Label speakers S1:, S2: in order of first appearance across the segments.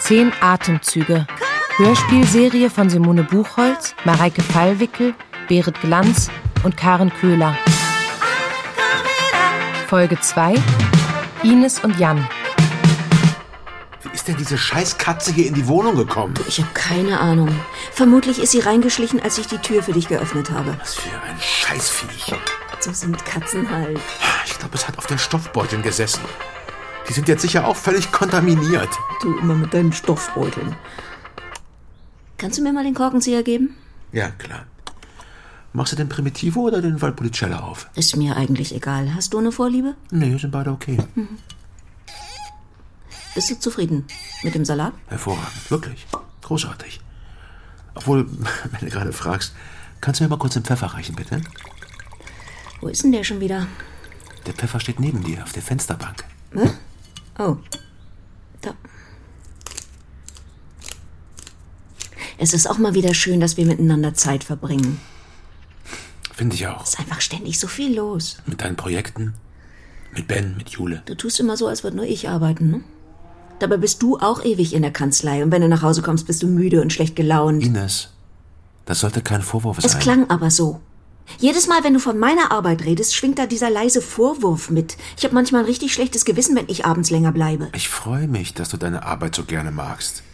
S1: Zehn Atemzüge. Hörspielserie von Simone Buchholz, Mareike Fallwickel, Berit Glanz und Karen Köhler. Folge 2. Ines und Jan.
S2: Wie ist denn diese Scheißkatze hier in die Wohnung gekommen?
S3: Ich habe keine Ahnung. Vermutlich ist sie reingeschlichen, als ich die Tür für dich geöffnet habe.
S2: Was für ein Scheißviech.
S3: So sind Katzen halt.
S2: Ich glaube, es hat auf den Stoffbeuteln gesessen. Die sind jetzt sicher auch völlig kontaminiert.
S3: Du immer mit deinen Stoffbeuteln. Kannst du mir mal den Korkenzieher geben?
S2: Ja, klar. Machst du den Primitivo oder den Valpolicella auf?
S3: Ist mir eigentlich egal. Hast du eine Vorliebe?
S2: Nee, sind beide okay.
S3: Bist du zufrieden mit dem Salat?
S2: Hervorragend, wirklich. Großartig. Obwohl, wenn du gerade fragst, kannst du mir mal kurz den Pfeffer reichen, bitte?
S3: Wo ist denn der schon wieder?
S2: Der Pfeffer steht neben dir auf der Fensterbank.
S3: Hä? Oh. Da. Es ist auch mal wieder schön, dass wir miteinander Zeit verbringen.
S2: Finde ich auch.
S3: Es ist einfach ständig so viel los.
S2: Mit deinen Projekten, mit Ben, mit Jule.
S3: Du tust immer so, als würde nur ich arbeiten, ne? Dabei bist du auch ewig in der Kanzlei und wenn du nach Hause kommst, bist du müde und schlecht gelaunt.
S2: Ines, das sollte kein Vorwurf
S3: Es
S2: sein.
S3: klang aber so. Jedes Mal, wenn du von meiner Arbeit redest, schwingt da dieser leise Vorwurf mit. Ich habe manchmal ein richtig schlechtes Gewissen, wenn ich abends länger bleibe.
S2: Ich freue mich, dass du deine Arbeit so gerne magst.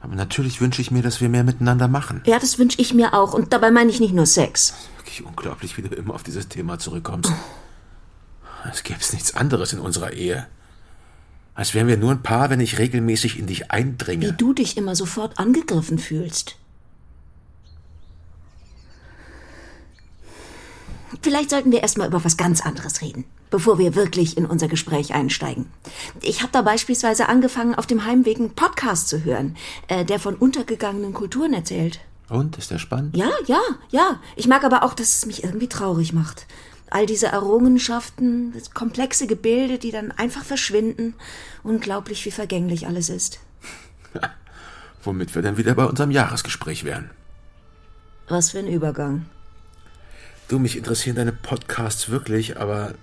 S2: Aber natürlich wünsche ich mir, dass wir mehr miteinander machen.
S3: Ja, das wünsche ich mir auch. Und dabei meine ich nicht nur Sex.
S2: Wirklich unglaublich, wie du immer auf dieses Thema zurückkommst. Es gäbe nichts anderes in unserer Ehe. Als wären wir nur ein Paar, wenn ich regelmäßig in dich
S3: Wie
S2: eindringe.
S3: du dich immer sofort angegriffen fühlst. Vielleicht sollten wir erstmal über was ganz anderes reden, bevor wir wirklich in unser Gespräch einsteigen. Ich habe da beispielsweise angefangen, auf dem Heimweg einen Podcast zu hören, äh, der von untergegangenen Kulturen erzählt.
S2: Und, ist der spannend?
S3: Ja, ja, ja. Ich mag aber auch, dass es mich irgendwie traurig macht. All diese Errungenschaften, das komplexe Gebilde, die dann einfach verschwinden. Unglaublich, wie vergänglich alles ist.
S2: Womit wir dann wieder bei unserem Jahresgespräch wären.
S3: Was für ein Übergang.
S2: Du, mich interessieren deine Podcasts wirklich, aber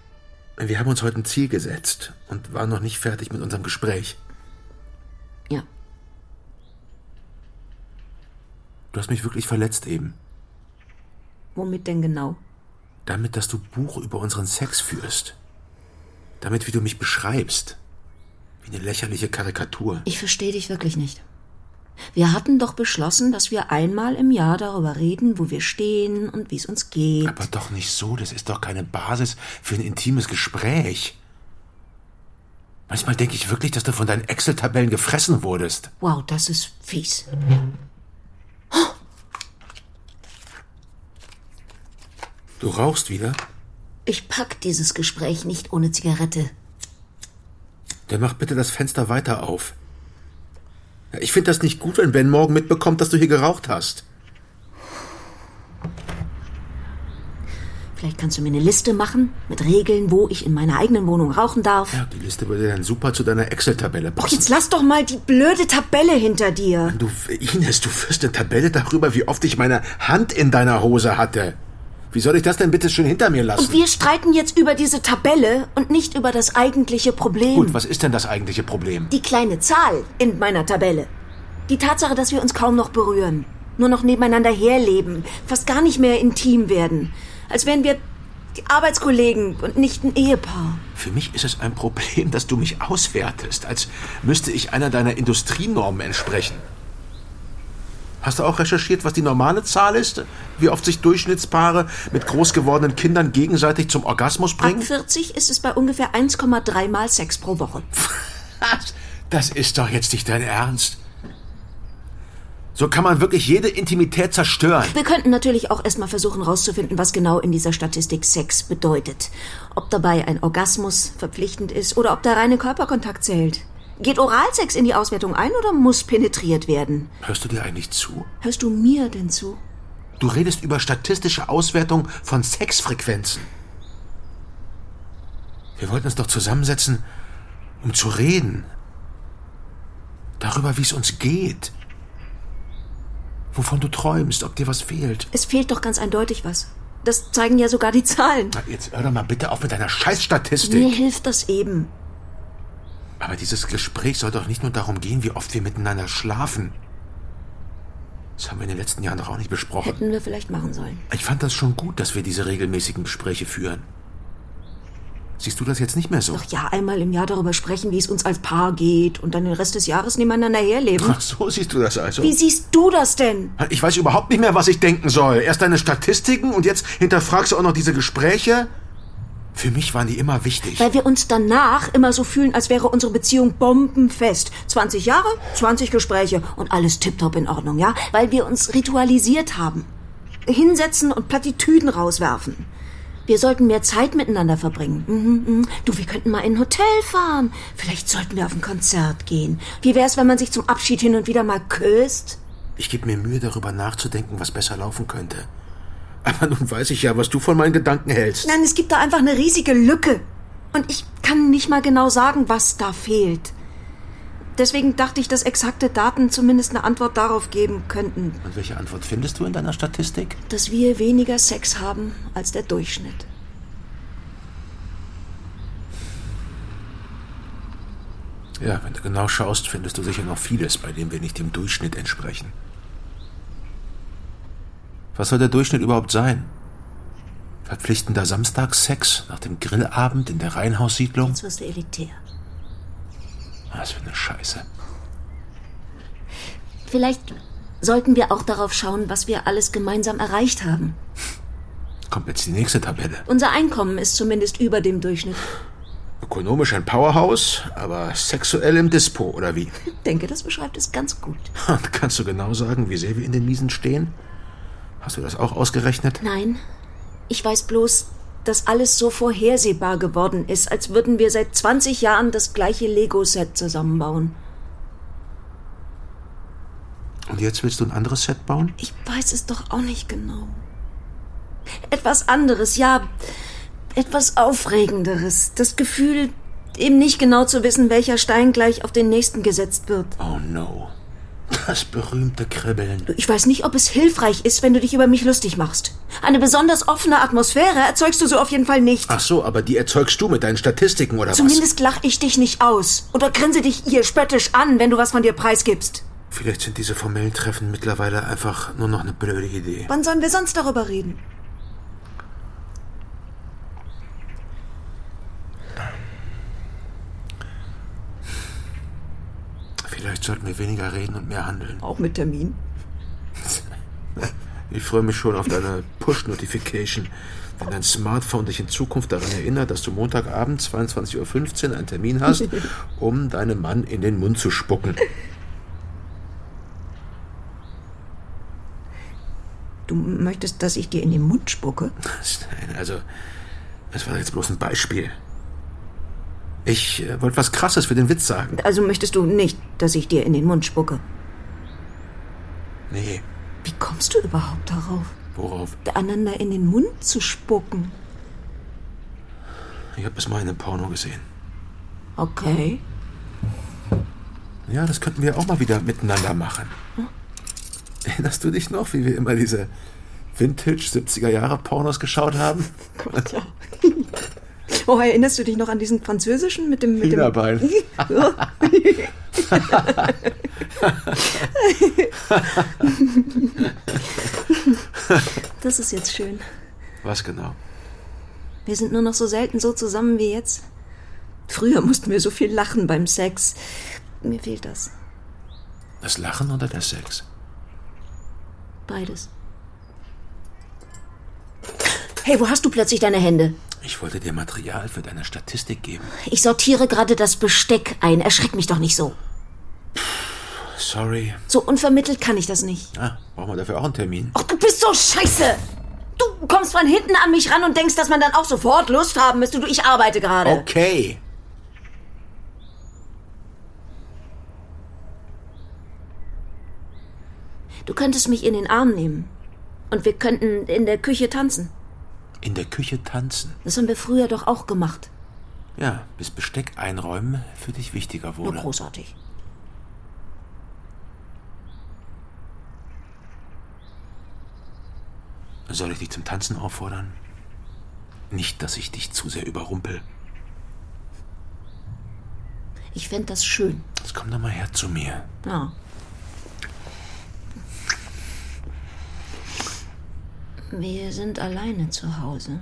S2: wir haben uns heute ein Ziel gesetzt und waren noch nicht fertig mit unserem Gespräch.
S3: Ja,
S2: Du hast mich wirklich verletzt eben.
S3: womit denn genau?
S2: Damit, dass du Buch über unseren Sex führst. Damit, wie du mich beschreibst. Wie eine lächerliche Karikatur.
S3: Ich verstehe dich wirklich nicht. Wir hatten doch beschlossen, dass wir einmal im Jahr darüber reden, wo wir stehen und wie es uns geht.
S2: Aber doch nicht so, das ist doch keine Basis für ein intimes Gespräch. Manchmal denke ich wirklich, dass du von deinen Excel-Tabellen gefressen wurdest.
S3: Wow, das ist fies.
S2: Du rauchst wieder?
S3: Ich pack dieses Gespräch nicht ohne Zigarette.
S2: Dann mach bitte das Fenster weiter auf. Ja, Ich finde das nicht gut, wenn Ben morgen mitbekommt, dass du hier geraucht hast.
S3: Vielleicht kannst du mir eine Liste machen mit Regeln, wo ich in meiner eigenen Wohnung rauchen darf.
S2: Ja, die Liste würde dann super zu deiner Excel-Tabelle
S3: Och,
S2: passen.
S3: jetzt lass doch mal die blöde Tabelle hinter dir.
S2: Du, Ines, du führst eine Tabelle darüber, wie oft ich meine Hand in deiner Hose hatte. Wie soll ich das denn bitte schön hinter mir
S3: Und
S2: lassen?
S3: wir streiten jetzt über diese Tabelle und nicht über das eigentliche Problem.
S2: Gut, was ist denn das eigentliche Problem?
S3: Die kleine Zahl in meiner Tabelle. Die Tatsache, dass wir uns kaum noch berühren, nur noch nebeneinander herleben, fast gar nicht mehr intim werden, als wären wir die Arbeitskollegen und nicht ein Ehepaar.
S2: Für mich ist es ein Problem, dass du mich auswertest, als müsste ich einer deiner Industrienormen entsprechen. Hast du auch recherchiert, was die normale Zahl ist? Wie oft sich Durchschnittspaare mit groß gewordenen Kindern gegenseitig zum Orgasmus
S3: Ab
S2: bringen?
S3: 40 ist es bei ungefähr 1,3 Mal Sex pro Woche.
S2: Was? Das ist doch jetzt nicht dein Ernst. So kann man wirklich jede Intimität zerstören.
S3: Wir könnten natürlich auch erstmal versuchen herauszufinden, was genau in dieser Statistik Sex bedeutet. Ob dabei ein Orgasmus verpflichtend ist oder ob der reine Körperkontakt zählt. Geht Oralsex in die Auswertung ein oder muss penetriert werden?
S2: Hörst du dir eigentlich zu?
S3: Hörst du mir denn zu?
S2: Du redest über statistische Auswertung von Sexfrequenzen. Wir wollten uns doch zusammensetzen, um zu reden. Darüber, wie es uns geht. Wovon du träumst, ob dir was fehlt.
S3: Es fehlt doch ganz eindeutig was. Das zeigen ja sogar die Zahlen.
S2: Na, Jetzt hör doch mal bitte auf mit deiner Scheißstatistik.
S3: Mir hilft das eben.
S2: Aber dieses Gespräch soll doch nicht nur darum gehen, wie oft wir miteinander schlafen. Das haben wir in den letzten Jahren doch auch nicht besprochen.
S3: Hätten wir vielleicht machen sollen.
S2: Ich fand das schon gut, dass wir diese regelmäßigen Gespräche führen. Siehst du das jetzt nicht mehr so?
S3: Doch ja, einmal im Jahr darüber sprechen, wie es uns als Paar geht und dann den Rest des Jahres nebeneinander herleben.
S2: Ach, so siehst du das also. Halt,
S3: Wie siehst du das denn?
S2: Ich weiß überhaupt nicht mehr, was ich denken soll. Erst deine Statistiken und jetzt hinterfragst du auch noch diese Gespräche. Für mich waren die immer wichtig.
S3: Weil wir uns danach immer so fühlen, als wäre unsere Beziehung bombenfest. 20 Jahre, 20 Gespräche und alles tiptop in Ordnung, ja? Weil wir uns ritualisiert haben. Hinsetzen und Plattitüden rauswerfen. Wir sollten mehr Zeit miteinander verbringen. Mhm, mhm. Du, wir könnten mal in ein Hotel fahren. Vielleicht sollten wir auf ein Konzert gehen. Wie wär's, wenn man sich zum Abschied hin und wieder mal küsst?
S2: Ich gebe mir Mühe, darüber nachzudenken, was besser laufen könnte. Aber nun weiß ich ja, was du von meinen Gedanken hältst.
S3: Nein, es gibt da einfach eine riesige Lücke. Und ich kann nicht mal genau sagen, was da fehlt. Deswegen dachte ich, dass exakte Daten zumindest eine Antwort darauf geben könnten,
S2: Und welche Antwort findest du in deiner Statistik?
S3: dass wir weniger Sex haben als der Durchschnitt.
S2: Ja, wenn du genau schaust, findest du sicher noch vieles, bei dem wir nicht dem Durchschnitt entsprechen. Was soll der Durchschnitt überhaupt sein? Verpflichtender Samstagsex nach dem Grillabend in der Reihenhaussiedlung?
S3: Jetzt wirst du elitär.
S2: Was für eine Scheiße.
S3: Vielleicht sollten wir auch darauf schauen, was wir alles gemeinsam erreicht haben.
S2: Kommt jetzt die nächste Tabelle.
S3: Unser Einkommen ist zumindest über dem Durchschnitt.
S2: Ökonomisch ein Powerhouse, aber sexuell im Dispo, oder wie?
S3: Ich denke, das beschreibt es ganz gut.
S2: Und kannst du genau sagen, wie sehr wir in den Miesen stehen? Hast du das auch ausgerechnet?
S3: Nein, ich weiß bloß, dass alles so vorhersehbar geworden ist, als würden wir seit 20 Jahren das gleiche Lego-Set zusammenbauen.
S2: Und jetzt willst du ein anderes Set bauen?
S3: Ich weiß es doch auch nicht genau. Etwas anderes, ja, etwas Aufregenderes. Das Gefühl, eben nicht genau zu wissen, welcher Stein gleich auf den nächsten gesetzt wird.
S2: Oh no. Das berühmte Kribbeln.
S3: Ich weiß nicht, ob es hilfreich ist, wenn du dich über mich lustig machst. Eine besonders offene Atmosphäre erzeugst du so auf jeden Fall nicht.
S2: Ach so, aber die erzeugst du mit deinen Statistiken oder
S3: Zumindest lache ich dich nicht aus oder grinse dich ihr spöttisch an, wenn du was von dir preisgibst.
S2: was? Vielleicht sind diese formellen Treffen mittlerweile einfach nur noch eine blöde Idee.
S3: Wann sollen wir sonst darüber reden?
S2: Vielleicht sollten wir weniger reden und mehr handeln.
S3: Auch mit Termin.
S2: Ich freue mich schon auf deine Push-Notification, wenn dein Smartphone dich in Zukunft daran erinnert, dass du Montagabend 22.15 Uhr einen Termin hast, um deinem Mann in den Mund zu spucken.
S3: Du möchtest, dass ich dir in den Mund spucke?
S2: Nein, Also, das war jetzt bloß ein Beispiel. Ich äh, wollte was Krasses für den Witz sagen.
S3: Also möchtest du nicht, dass ich dir in den Mund spucke?
S2: Nee,
S3: Wie kommst du überhaupt darauf,
S2: worauf?
S3: einander in den Mund zu spucken?
S2: Ich habe das mal in einem Porno gesehen.
S3: Okay.
S2: Ja, das könnten wir auch mal wieder miteinander machen. Erinnerst du dich noch, wie wir immer diese Vintage 70er Jahre Pornos geschaut haben?
S3: Gott, ja. Oh, erinnerst du dich noch an diesen französischen mit dem... Mit dem
S2: Hühnerbein.
S3: das ist jetzt schön.
S2: Was genau?
S3: Wir sind nur noch so selten so zusammen wie jetzt. Früher mussten wir so viel lachen beim Sex. Mir fehlt das.
S2: Das Lachen oder der Sex?
S3: Beides. Hey, wo hast du plötzlich deine Hände?
S2: Ich wollte dir Material für deine Statistik geben.
S3: Ich sortiere gerade das Besteck ein. Erschreck mich doch nicht so.
S2: Sorry.
S3: So unvermittelt kann ich das nicht.
S2: Ah, brauchen wir dafür auch einen Termin?
S3: Ach, du bist so scheiße! Du kommst von hinten an mich ran und denkst, dass man dann auch sofort Lust haben müsste. Du, ich arbeite gerade.
S2: Okay.
S3: Du könntest mich in den Arm nehmen. Und wir könnten in der Küche tanzen.
S2: In der Küche tanzen.
S3: Das haben wir früher doch auch gemacht.
S2: Ja, bis Besteck einräumen für dich wichtiger
S3: Nur
S2: wurde.
S3: großartig.
S2: Soll ich dich zum Tanzen auffordern? Nicht, dass ich dich zu sehr überrumpel.
S3: Ich fände das schön.
S2: Jetzt komm doch mal her zu mir.
S3: Ja. Wir sind alleine zu Hause.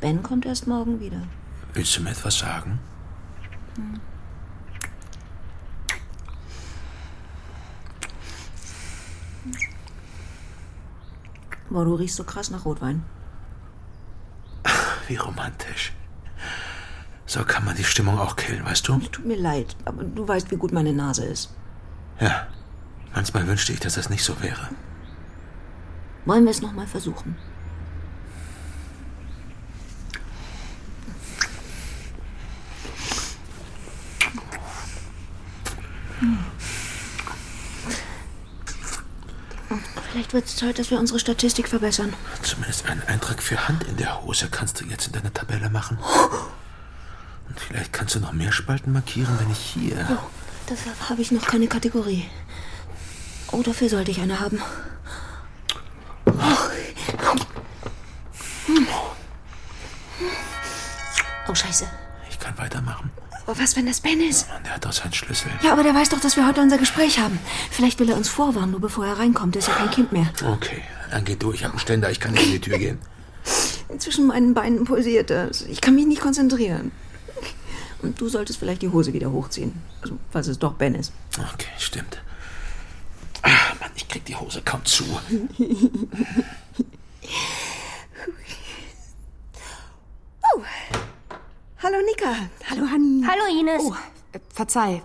S3: Ben kommt erst morgen wieder.
S2: Willst du mir etwas sagen?
S3: Boah, du riechst so krass nach Rotwein.
S2: Wie romantisch. So kann man die Stimmung auch killen, weißt du?
S3: Tut mir leid, aber du weißt, wie gut meine Nase ist.
S2: Ja. Manchmal wünschte ich, dass das nicht so wäre.
S3: Wollen wir es nochmal versuchen? Vielleicht wird es Zeit, dass wir unsere Statistik verbessern.
S2: Zumindest einen Eintrag für Hand in der Hose kannst du jetzt in deine Tabelle machen. Und vielleicht kannst du noch mehr Spalten markieren, wenn ich hier.
S3: Oh, dafür habe ich noch keine Kategorie. Oh, dafür sollte ich eine haben. Oh, scheiße.
S2: Ich kann weitermachen.
S3: Aber Oh, was, wenn das Ben ist?
S2: Mann, der hat doch seinen Schlüssel.
S3: Ja, aber der weiß doch, dass wir heute unser Gespräch haben. Vielleicht will er uns vorwarnen, nur bevor er reinkommt. Er ist ja kein Kind mehr.
S2: Okay, dann geh du. Ich habe einen Ständer. Ich kann nicht in die Tür gehen.
S3: Zwischen meinen Beinen pulsiert es. Ich kann mich nicht konzentrieren. Und du solltest vielleicht die Hose wieder hochziehen. Also, falls es doch Ben ist.
S2: Okay, stimmt. Ah, Mann, ich krieg die Hose kaum zu.
S3: Hallo, Nika. Hallo, Hanni.
S4: Hallo Ines.
S5: Äh, Verzeih.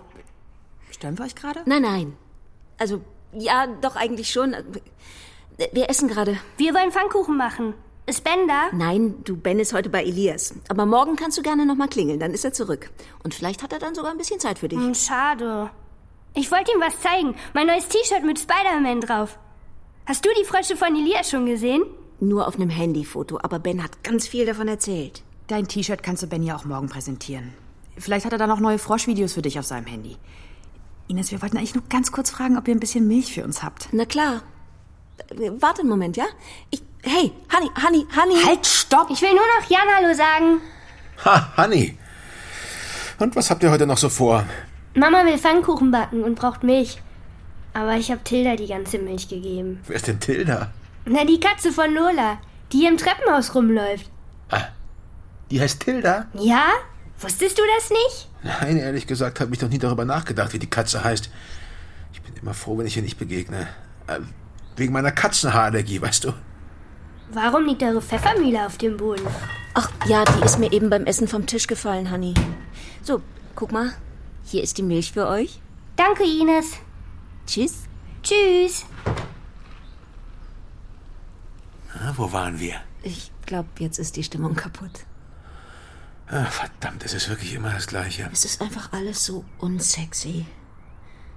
S5: Stören wir euch gerade?
S4: Nein, nein.
S3: Also, ja, doch eigentlich schon. Wir essen gerade.
S4: Wir wollen Pfannkuchen machen. Ist Ben da?
S3: Nein, du, Ben ist heute bei Elias. Aber morgen kannst du gerne nochmal klingeln, dann ist er zurück. Und vielleicht hat er dann sogar ein bisschen Zeit für dich.
S4: Hm, schade. Ich wollte ihm was zeigen. Mein neues T-Shirt mit Spider-Man drauf. Hast du die Frösche von Elias schon gesehen?
S3: Nur auf einem Handyfoto, aber Ben hat ganz viel davon erzählt.
S5: Dein T-Shirt kannst du Ben ja auch morgen präsentieren. Vielleicht hat er dann auch neue Froschvideos für dich auf seinem Handy. Ines, wir wollten eigentlich nur ganz kurz fragen, ob ihr ein bisschen Milch für uns habt.
S3: Na klar. Äh, Warte einen Moment, ja? Ich, hey, Hanni, Hanni, Hanni.
S5: Halt, stopp!
S4: Ich will nur noch Jan Hallo sagen.
S2: Ha, Honey. Und was habt ihr heute noch so vor?
S4: Mama will Pfannkuchen backen und braucht Milch. Aber ich habe Tilda die ganze Milch gegeben.
S2: Wer ist denn Tilda?
S4: Na, die Katze von Lola, die hier im Treppenhaus rumläuft.
S2: Die heißt Tilda?
S4: Ja? Wusstest du das nicht?
S2: Nein, ehrlich gesagt habe ich noch nie darüber nachgedacht, wie die Katze heißt. Ich bin immer froh, wenn ich ihr nicht begegne. Äh, Wegen meiner Katzenhaarallergie, weißt du?
S4: Warum liegt eure Pfeffermühle auf dem Boden?
S3: Ach ja, die ist mir eben beim Essen vom Tisch gefallen, Hanni. So, guck mal. Hier ist die Milch für euch.
S4: Danke, Ines.
S3: Tschüss.
S4: Tschüss.
S2: Na, Ah, wo waren wir?
S3: Ich glaube, jetzt ist die Stimmung kaputt.
S2: Ah, verdammt, es ist wirklich immer das Gleiche.
S3: Es ist einfach alles so unsexy.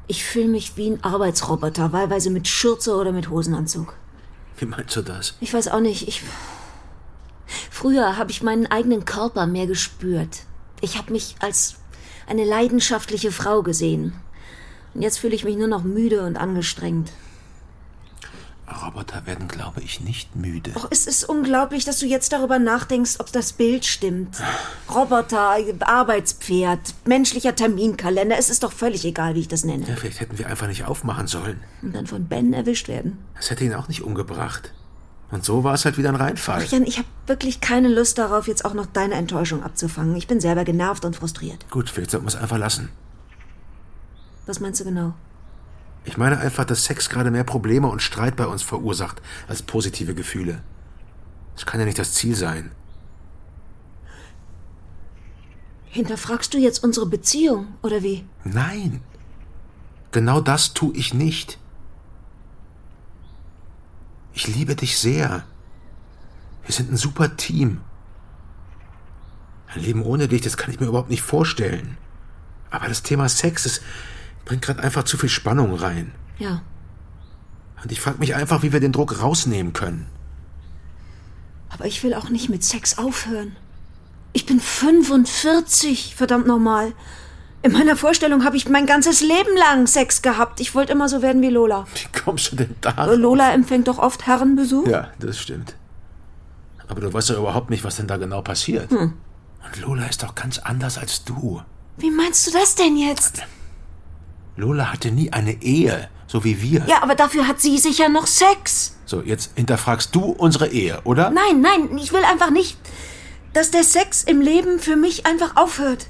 S3: Ich fühle mich wie ein Arbeitsroboter, wahlweise mit Schürze oder mit Hosenanzug.
S2: Wie meinst du das?
S3: Ich weiß auch nicht, ich. Früher habe ich meinen eigenen Körper mehr gespürt. Ich habe mich als eine leidenschaftliche Frau gesehen. Und jetzt fühle ich mich nur noch müde und angestrengt.
S2: Roboter werden, glaube ich, nicht müde.
S3: Och, es ist unglaublich, dass du jetzt darüber nachdenkst, ob das Bild stimmt. Roboter, Arbeitspferd, menschlicher Terminkalender, es ist doch völlig egal, wie ich das nenne.
S2: Ja, vielleicht hätten wir einfach nicht aufmachen sollen.
S3: Und dann von Ben erwischt werden.
S2: Das hätte ihn auch nicht umgebracht. Und so war es halt wieder ein Reinfall.
S3: Jan, ich habe wirklich keine Lust darauf, jetzt auch noch deine Enttäuschung abzufangen. Ich bin selber genervt und frustriert.
S2: Gut, vielleicht sollten wir es einfach lassen.
S3: Was meinst du genau?
S2: Ich meine einfach, dass Sex gerade mehr Probleme und Streit bei uns verursacht als positive Gefühle. Das kann ja nicht das Ziel sein.
S3: Hinterfragst du jetzt unsere Beziehung, oder wie?
S2: Nein. Genau das tue ich nicht. Ich liebe dich sehr. Wir sind ein super Team. Ein Leben ohne dich, das kann ich mir überhaupt nicht vorstellen. Aber das Thema Sex, das bringt gerade einfach zu viel Spannung rein.
S3: Ja.
S2: Und ich frage mich einfach, wie wir den Druck rausnehmen können.
S3: Aber ich will auch nicht mit Sex aufhören. Ich bin 45, verdammt nochmal. In meiner Vorstellung habe ich mein ganzes Leben lang Sex gehabt. Ich wollte immer so werden wie Lola.
S2: Wie kommst du denn da?
S3: Lola empfängt doch oft Herrenbesuch.
S2: Ja, das stimmt. Aber du weißt ja überhaupt nicht, was denn da genau passiert. Und Lola ist doch ganz anders als du.
S3: Wie meinst du das denn jetzt?
S2: Lola hatte nie eine Ehe, so wie wir.
S3: Ja, aber dafür hat sie sicher noch Sex.
S2: So, jetzt hinterfragst du unsere Ehe, oder?
S3: Nein, nein, ich will einfach nicht, dass der Sex im Leben für mich einfach aufhört.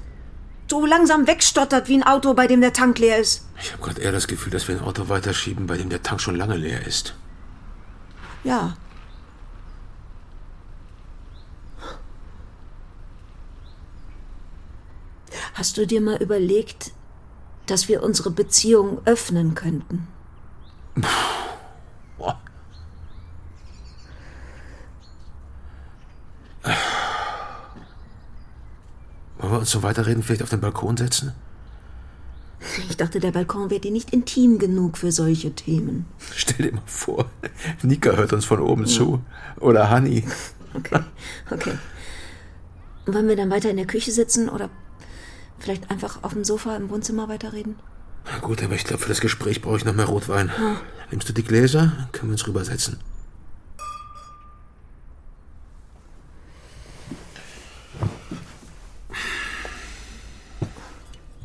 S3: So langsam wegstottert wie ein Auto, bei dem der Tank leer ist.
S2: Ich habe gerade eher das Gefühl, dass wir ein Auto weiterschieben, bei dem der Tank schon lange leer ist.
S3: Ja. Hast du dir mal überlegt, dass wir unsere Beziehung öffnen könnten?
S2: Boah. Wollen wir uns zum Weiterreden vielleicht auf den Balkon setzen?
S3: Ich dachte, der Balkon wäre dir nicht intim genug für solche Themen.
S2: Stell dir mal vor, Nika hört uns von oben zu. Oder Hanni.
S3: Okay, okay. Wollen wir dann weiter in der Küche sitzen oder vielleicht einfach auf dem Sofa im Wohnzimmer weiterreden?
S2: Na gut, aber ich glaube, für das Gespräch brauche ich noch mehr Rotwein. Nimmst du die Gläser? Können wir uns rübersetzen.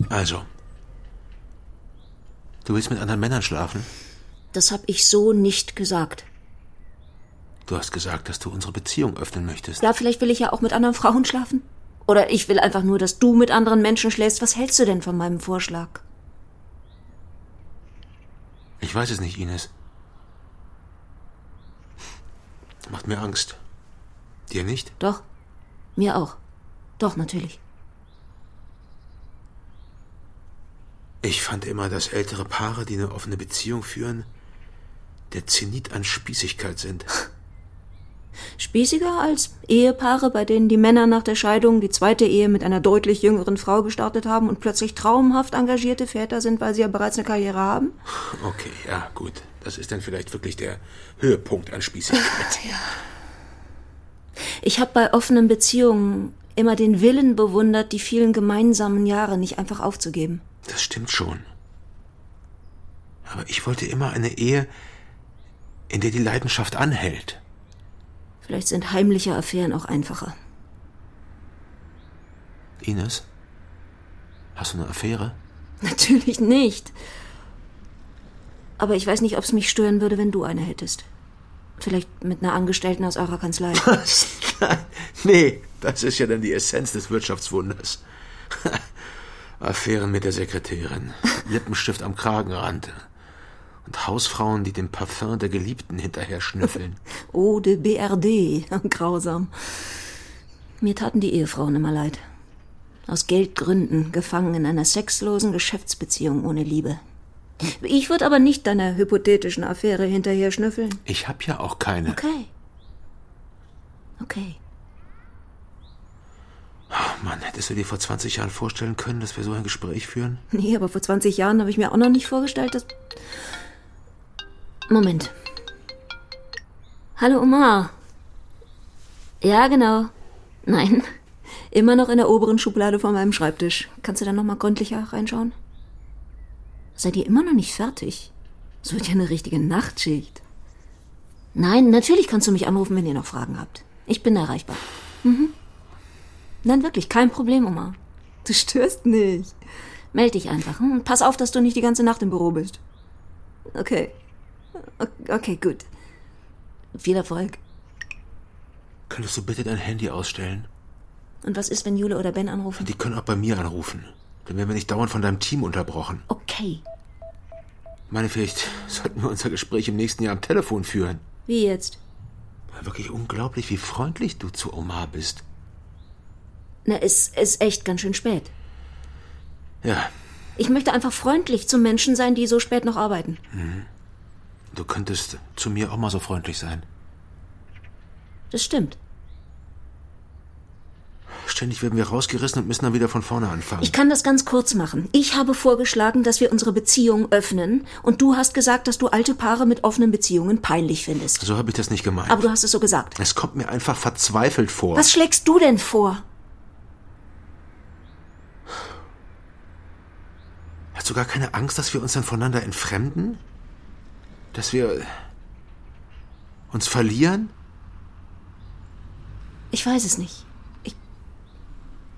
S2: Also, du willst mit anderen Männern schlafen?
S3: Das habe ich so nicht gesagt.
S2: Du hast gesagt, dass du unsere Beziehung öffnen möchtest.
S3: Ja, vielleicht will ich ja auch mit anderen Frauen schlafen. Oder ich will einfach nur, dass du mit anderen Menschen schläfst. Was hältst du denn von meinem Vorschlag?
S2: Ich weiß es nicht, Ines. Macht mir Angst. Dir nicht?
S3: Doch. Mir auch. Doch, natürlich.
S2: Ich fand immer, dass ältere Paare, die eine offene Beziehung führen, der Zenit an Spießigkeit sind.
S3: Spießiger als Ehepaare, bei denen die Männer nach der Scheidung die zweite Ehe mit einer deutlich jüngeren Frau gestartet haben und plötzlich traumhaft engagierte Väter sind, weil sie ja bereits eine Karriere haben?
S2: Okay, ja, gut. Das ist dann vielleicht wirklich der Höhepunkt an Spießigkeit.
S3: Ich habe bei offenen Beziehungen immer den Willen bewundert, die vielen gemeinsamen Jahre nicht einfach aufzugeben.
S2: Das stimmt schon. Aber ich wollte immer eine Ehe, in der die Leidenschaft anhält.
S3: Vielleicht sind heimliche Affären auch einfacher.
S2: Ines, hast du eine Affäre?
S3: Natürlich nicht. Aber ich weiß nicht, ob es mich stören würde, wenn du eine hättest. Vielleicht mit einer Angestellten aus eurer Kanzlei.
S2: nee, das ist ja dann die Essenz des Wirtschaftswunders. Affären mit der Sekretärin, Lippenstift am Kragenrand und Hausfrauen, die dem Parfum der Geliebten hinterher schnüffeln.
S3: Oh, de BRD. Grausam. Mir taten die Ehefrauen immer leid. Aus Geldgründen gefangen in einer sexlosen Geschäftsbeziehung ohne Liebe. Ich würde aber nicht deiner hypothetischen Affäre hinterher schnüffeln.
S2: Ich hab ja auch keine.
S3: Okay. Okay.
S2: Oh Mann, hättest du dir vor 20 Jahren vorstellen können, dass wir so ein Gespräch führen?
S3: Nee, aber vor 20 Jahren habe ich mir auch noch nicht vorgestellt, dass. Moment. Hallo Omar. Ja, genau. Nein. Immer noch in der oberen Schublade vor meinem Schreibtisch. Kannst du da nochmal gründlicher reinschauen? Seid ihr immer noch nicht fertig? Es wird ja eine richtige Nachtschicht. Nein, natürlich kannst du mich anrufen, wenn ihr noch Fragen habt. Ich bin erreichbar. Mhm. Nein, wirklich, kein Problem, Oma. Du störst nicht. Meld dich einfach. Hm? Pass auf, dass du nicht die ganze Nacht im Büro bist. Okay. O- Okay, gut. Viel Erfolg.
S2: Könntest du bitte dein Handy ausstellen?
S3: Und was ist, wenn Jule oder Ben anrufen?
S2: Die können auch bei mir anrufen. Dann werden wir nicht dauernd von deinem Team unterbrochen.
S3: Okay.
S2: Meine, vielleicht sollten wir unser Gespräch im nächsten Jahr am Telefon führen.
S3: Wie jetzt?
S2: Wirklich unglaublich, wie freundlich du zu Omar bist.
S3: Na, es ist echt ganz schön spät.
S2: Ja,
S3: Ich möchte einfach freundlich zu Menschen sein, die so spät noch arbeiten.
S2: du könntest zu mir auch mal so freundlich sein.
S3: Das stimmt.
S2: Ständig werden wir rausgerissen und müssen dann wieder von vorne anfangen.
S3: Ich kann das ganz kurz machen. Ich habe vorgeschlagen, dass wir unsere Beziehung öffnen und du hast gesagt, dass du alte Paare mit offenen Beziehungen peinlich findest.
S2: so habe ich das nicht gemeint.
S3: Aber du hast es so gesagt.
S2: es kommt mir einfach verzweifelt vor.
S3: Was schlägst du denn vor?
S2: Hast du gar keine Angst, dass wir uns dann voneinander entfremden? Dass wir uns verlieren?
S3: Ich weiß es nicht. Ich,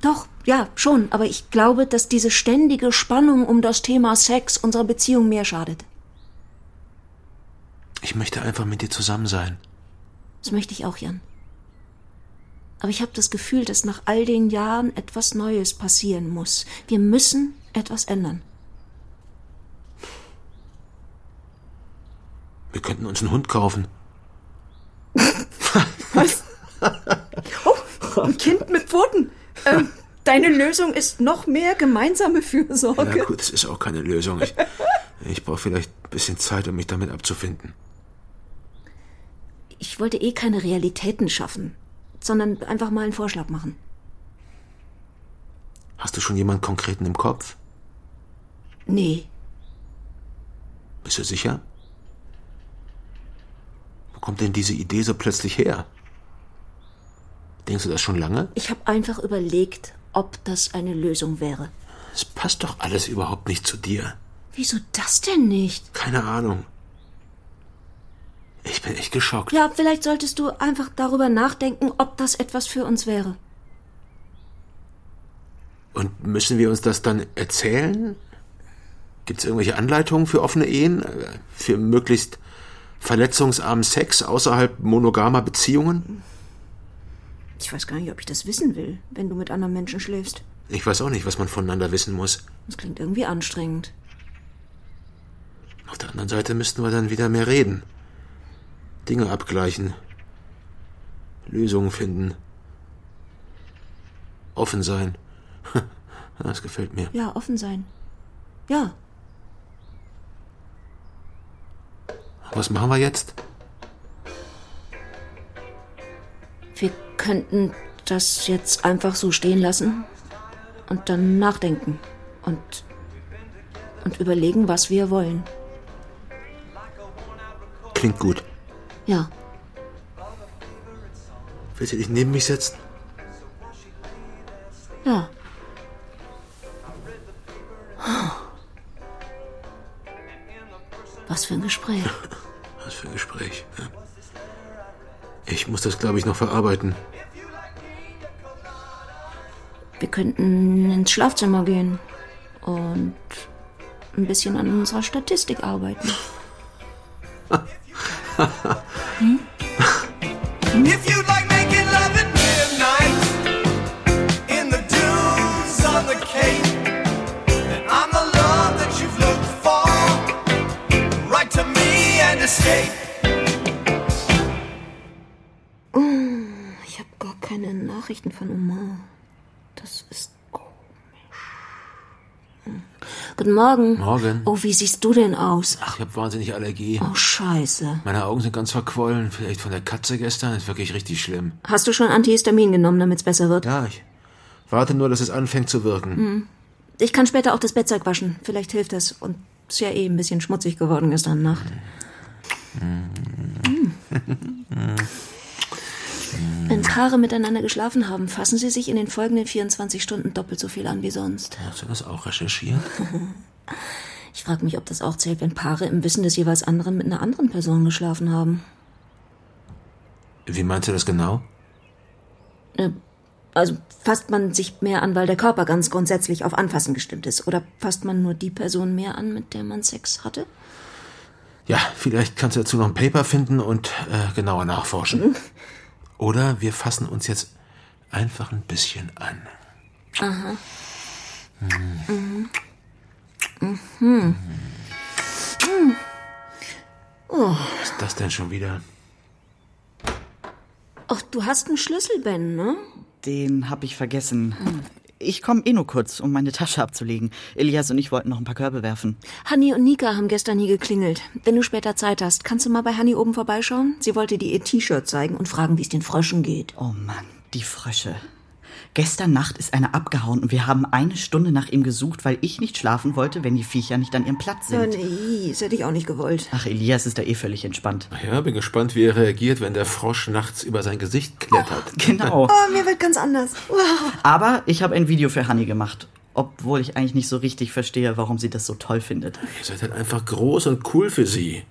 S3: Doch, ja, schon. Aber ich glaube, dass diese ständige Spannung um das Thema Sex unserer Beziehung mehr schadet.
S2: Ich möchte einfach mit dir zusammen sein.
S3: Das möchte ich auch, Jan. Aber ich habe das Gefühl, dass nach all den Jahren etwas Neues passieren muss. Wir müssen etwas ändern.
S2: Wir könnten uns einen Hund kaufen.
S3: Oh, ein Kind mit Pfoten. Ähm, deine Lösung ist noch mehr gemeinsame
S2: Na
S3: Fürsorge.
S2: gut, das ist auch keine Lösung. Ich, ich brauche vielleicht ein bisschen Zeit, um mich damit abzufinden.
S3: Ich wollte eh keine Realitäten schaffen, sondern einfach mal einen Vorschlag machen.
S2: Hast du schon jemanden konkreten im Kopf?
S3: Nee,
S2: Bist du sicher? Wo kommt denn diese Idee so plötzlich her? Denkst du das schon lange?
S3: ich habe einfach überlegt, ob das eine Lösung wäre.
S2: Es passt doch alles überhaupt nicht zu dir.
S3: Wieso das denn nicht?
S2: Keine Ahnung. Ich bin echt geschockt.
S3: Ja, vielleicht solltest du einfach darüber nachdenken, ob das etwas für uns wäre.
S2: Und müssen wir uns das dann erzählen? Gibt es irgendwelche Anleitungen für offene Ehen? Äh, Für möglichst verletzungsarmen Sex außerhalb monogamer Beziehungen?
S3: Ich weiß gar nicht, ob ich das wissen will, wenn du mit anderen Menschen schläfst.
S2: Ich weiß auch nicht, was man voneinander wissen muss.
S3: Das klingt irgendwie anstrengend.
S2: Auf der anderen Seite müssten wir dann wieder mehr reden. Dinge abgleichen. Lösungen finden. Offen sein. Das gefällt mir.
S3: Ja, offen sein. Ja,
S2: Was machen wir jetzt?
S3: wir könnten das jetzt einfach so stehen lassen und dann nachdenken und und überlegen, was wir wollen.
S2: Klingt gut.
S3: Ja,
S2: Willst du dich neben mich setzen?
S3: ja. Was für ein Gespräch.
S2: Was für ein Gespräch. ja. Ich muss das, glaube ich, noch verarbeiten.
S3: Wir könnten ins Schlafzimmer gehen und ein bisschen an unserer Statistik arbeiten.
S6: If you like making love at midnight in the dunes on the Cape, then I'm the love that you've looked for. Write to me and escape.
S3: Ich habe gar keine Nachrichten von Omar. Das ist komisch. Hm. Guten Morgen.
S2: Morgen.
S3: Oh, wie siehst du denn aus? Ach,
S2: Ich habe wahnsinnig Allergie.
S3: oh Scheiße.
S2: Meine Augen sind ganz verquollen. Vielleicht von der Katze gestern. ist wirklich richtig schlimm.
S3: Hast du schon Antihistamin genommen, damit's besser wird?
S2: Ja, ich warte nur, dass es anfängt zu wirken.
S3: Ich kann später auch das Bettzeug waschen. Vielleicht hilft das. Und ist ja eh ein bisschen schmutzig geworden gestern Nacht. Hm. Wenn Paare miteinander geschlafen haben, fassen sie sich in den folgenden 24 Stunden doppelt so viel an wie sonst.
S2: Hast du das auch recherchiert?
S3: Ich frage mich, ob das auch zählt, wenn Paare im Wissen des jeweils anderen mit einer anderen Person geschlafen haben.
S2: Wie meinst du das genau?
S3: Also fasst man sich mehr an, weil der Körper ganz grundsätzlich auf Anfassen gestimmt ist? Oder fasst man nur die Person mehr an, mit der man Sex hatte?
S2: Ja, vielleicht kannst du dazu noch ein Paper finden und äh, genauer nachforschen. Oder wir fassen uns jetzt einfach ein bisschen an. Hm. Aha. Mhm. Oh. Was ist das denn schon wieder?
S3: Ach, du hast einen Schlüssel, Ben, ne?
S7: Den hab ich vergessen. Ich komme eh nur kurz, um meine Tasche abzulegen. Elias und ich wollten noch ein paar Körbe werfen.
S3: Hanni und Nika haben gestern hier geklingelt. Wenn du später Zeit hast, kannst du mal bei Hanni oben vorbeischauen? Sie wollte dir ihr T-Shirt zeigen und fragen, wie es den Fröschen geht.
S7: Oh Mann, die Frösche. Gestern Nacht ist einer abgehauen und wir haben eine Stunde nach ihm gesucht, weil ich nicht schlafen wollte, wenn die Viecher nicht an ihrem Platz sind.
S3: nee, das hätte ich auch nicht gewollt.
S7: Ach, Elias ist da eh völlig entspannt.
S2: Ja, bin gespannt, wie er reagiert, wenn der Frosch nachts über sein Gesicht klettert.
S7: Genau.
S3: Oh, mir wird ganz anders.
S7: Aber ich habe ein Video für Hanni gemacht. Obwohl ich eigentlich nicht so richtig verstehe, warum sie das so toll findet.
S2: Ihr seid halt einfach groß und cool für sie.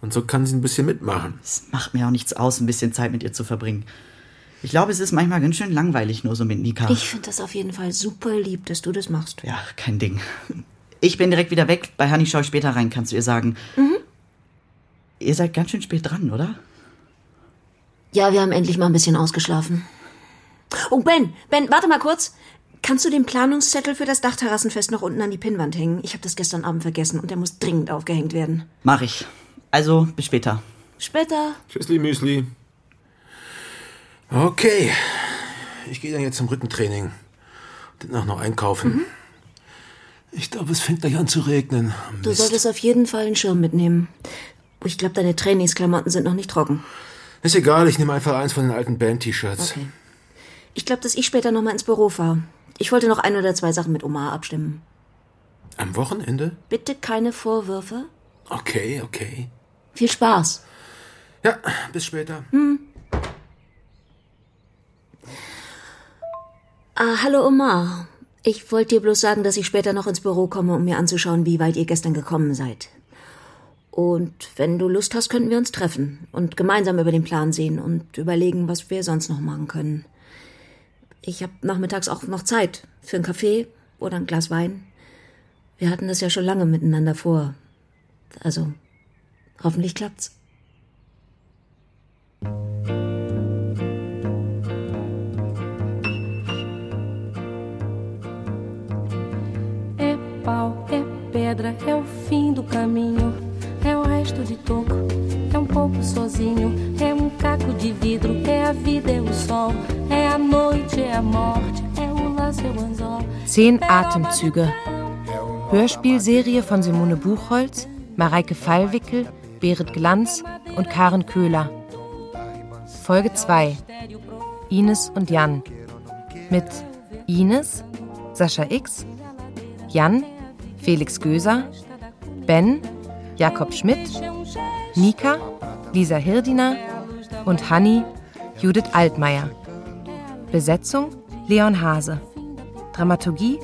S2: Und so kann sie ein bisschen mitmachen.
S7: Es macht mir auch nichts aus, ein bisschen Zeit mit ihr zu verbringen. Ich glaube, es ist manchmal ganz schön langweilig, nur so mit Nika.
S3: Ich finde das auf jeden Fall super lieb, dass du das machst.
S7: Ja, kein Ding. Ich bin direkt wieder weg. Bei Hanni schau ich später rein, kannst du ihr sagen. Mhm. Ihr seid ganz schön spät dran, oder?
S3: Ja, wir haben endlich mal ein bisschen ausgeschlafen. Oh, Ben, Ben, warte mal kurz. Kannst du den Planungszettel für das Dachterrassenfest noch unten an die Pinnwand hängen? Ich habe das gestern Abend vergessen und der muss dringend aufgehängt werden.
S7: Mach ich. Also, bis später.
S3: Später.
S2: Tschüssli, Müsli. Okay. Ich gehe dann jetzt zum Rückentraining. Danach noch einkaufen. Mhm. Ich glaube, es fängt gleich an zu regnen.
S3: Du solltest auf jeden Fall einen Schirm mitnehmen. Oh, Ich glaube, deine Trainingsklamotten sind noch nicht trocken.
S2: Ist egal, ich nehme einfach eins von den alten Band-T-Shirts.
S3: Okay. Ich glaube, dass ich später noch mal ins Büro fahre. Ich wollte noch ein oder zwei Sachen mit Omar abstimmen.
S2: Am Wochenende?
S3: Bitte keine Vorwürfe.
S2: Okay, okay.
S3: Viel Spaß.
S2: Ja, bis später.
S3: Ah, hallo Omar. Ich wollte dir bloß sagen, dass ich später noch ins Büro komme, um mir anzuschauen, wie weit ihr gestern gekommen seid. Und wenn du Lust hast, könnten wir uns treffen und gemeinsam über den Plan sehen und überlegen, was wir sonst noch machen können. Ich habe nachmittags auch noch Zeit für einen Kaffee oder ein Glas Wein. Wir hatten das ja schon lange miteinander vor. Also, hoffentlich klappt's.
S8: É pau, é pedra, é o fim do caminho, é o resto de toco, é um pouco sozinho, é um caco de vidro, é a vida, é o sol, é a noite, é a morte, é o laço, é o anzol.
S1: Zehn Atemzüge. Hörspielserie von Simone Buchholz, Mareike Fallwickel, Berit Glanz und Karen Köhler. Folge 2. Ines und Jan. Mit Ines, Sascha X, Jan, Felix Göser, Ben, Jakob Schmidt, Nika, Lisa Hirdiner und Hanni, Judith Altmaier. Besetzung Leon Hase. Dramaturgie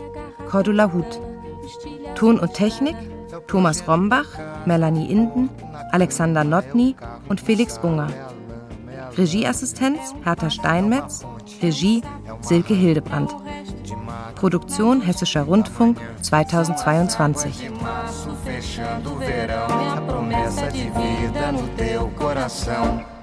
S1: Cordula Huth. Ton und Technik Thomas Rombach, Melanie Inden, Alexander Notny und Felix Unger. Regieassistenz Hertha Steinmetz, Regie Silke Hildebrandt. Produktion Hessischer Rundfunk 2022.
S8: É a promessa de vida no teu coração.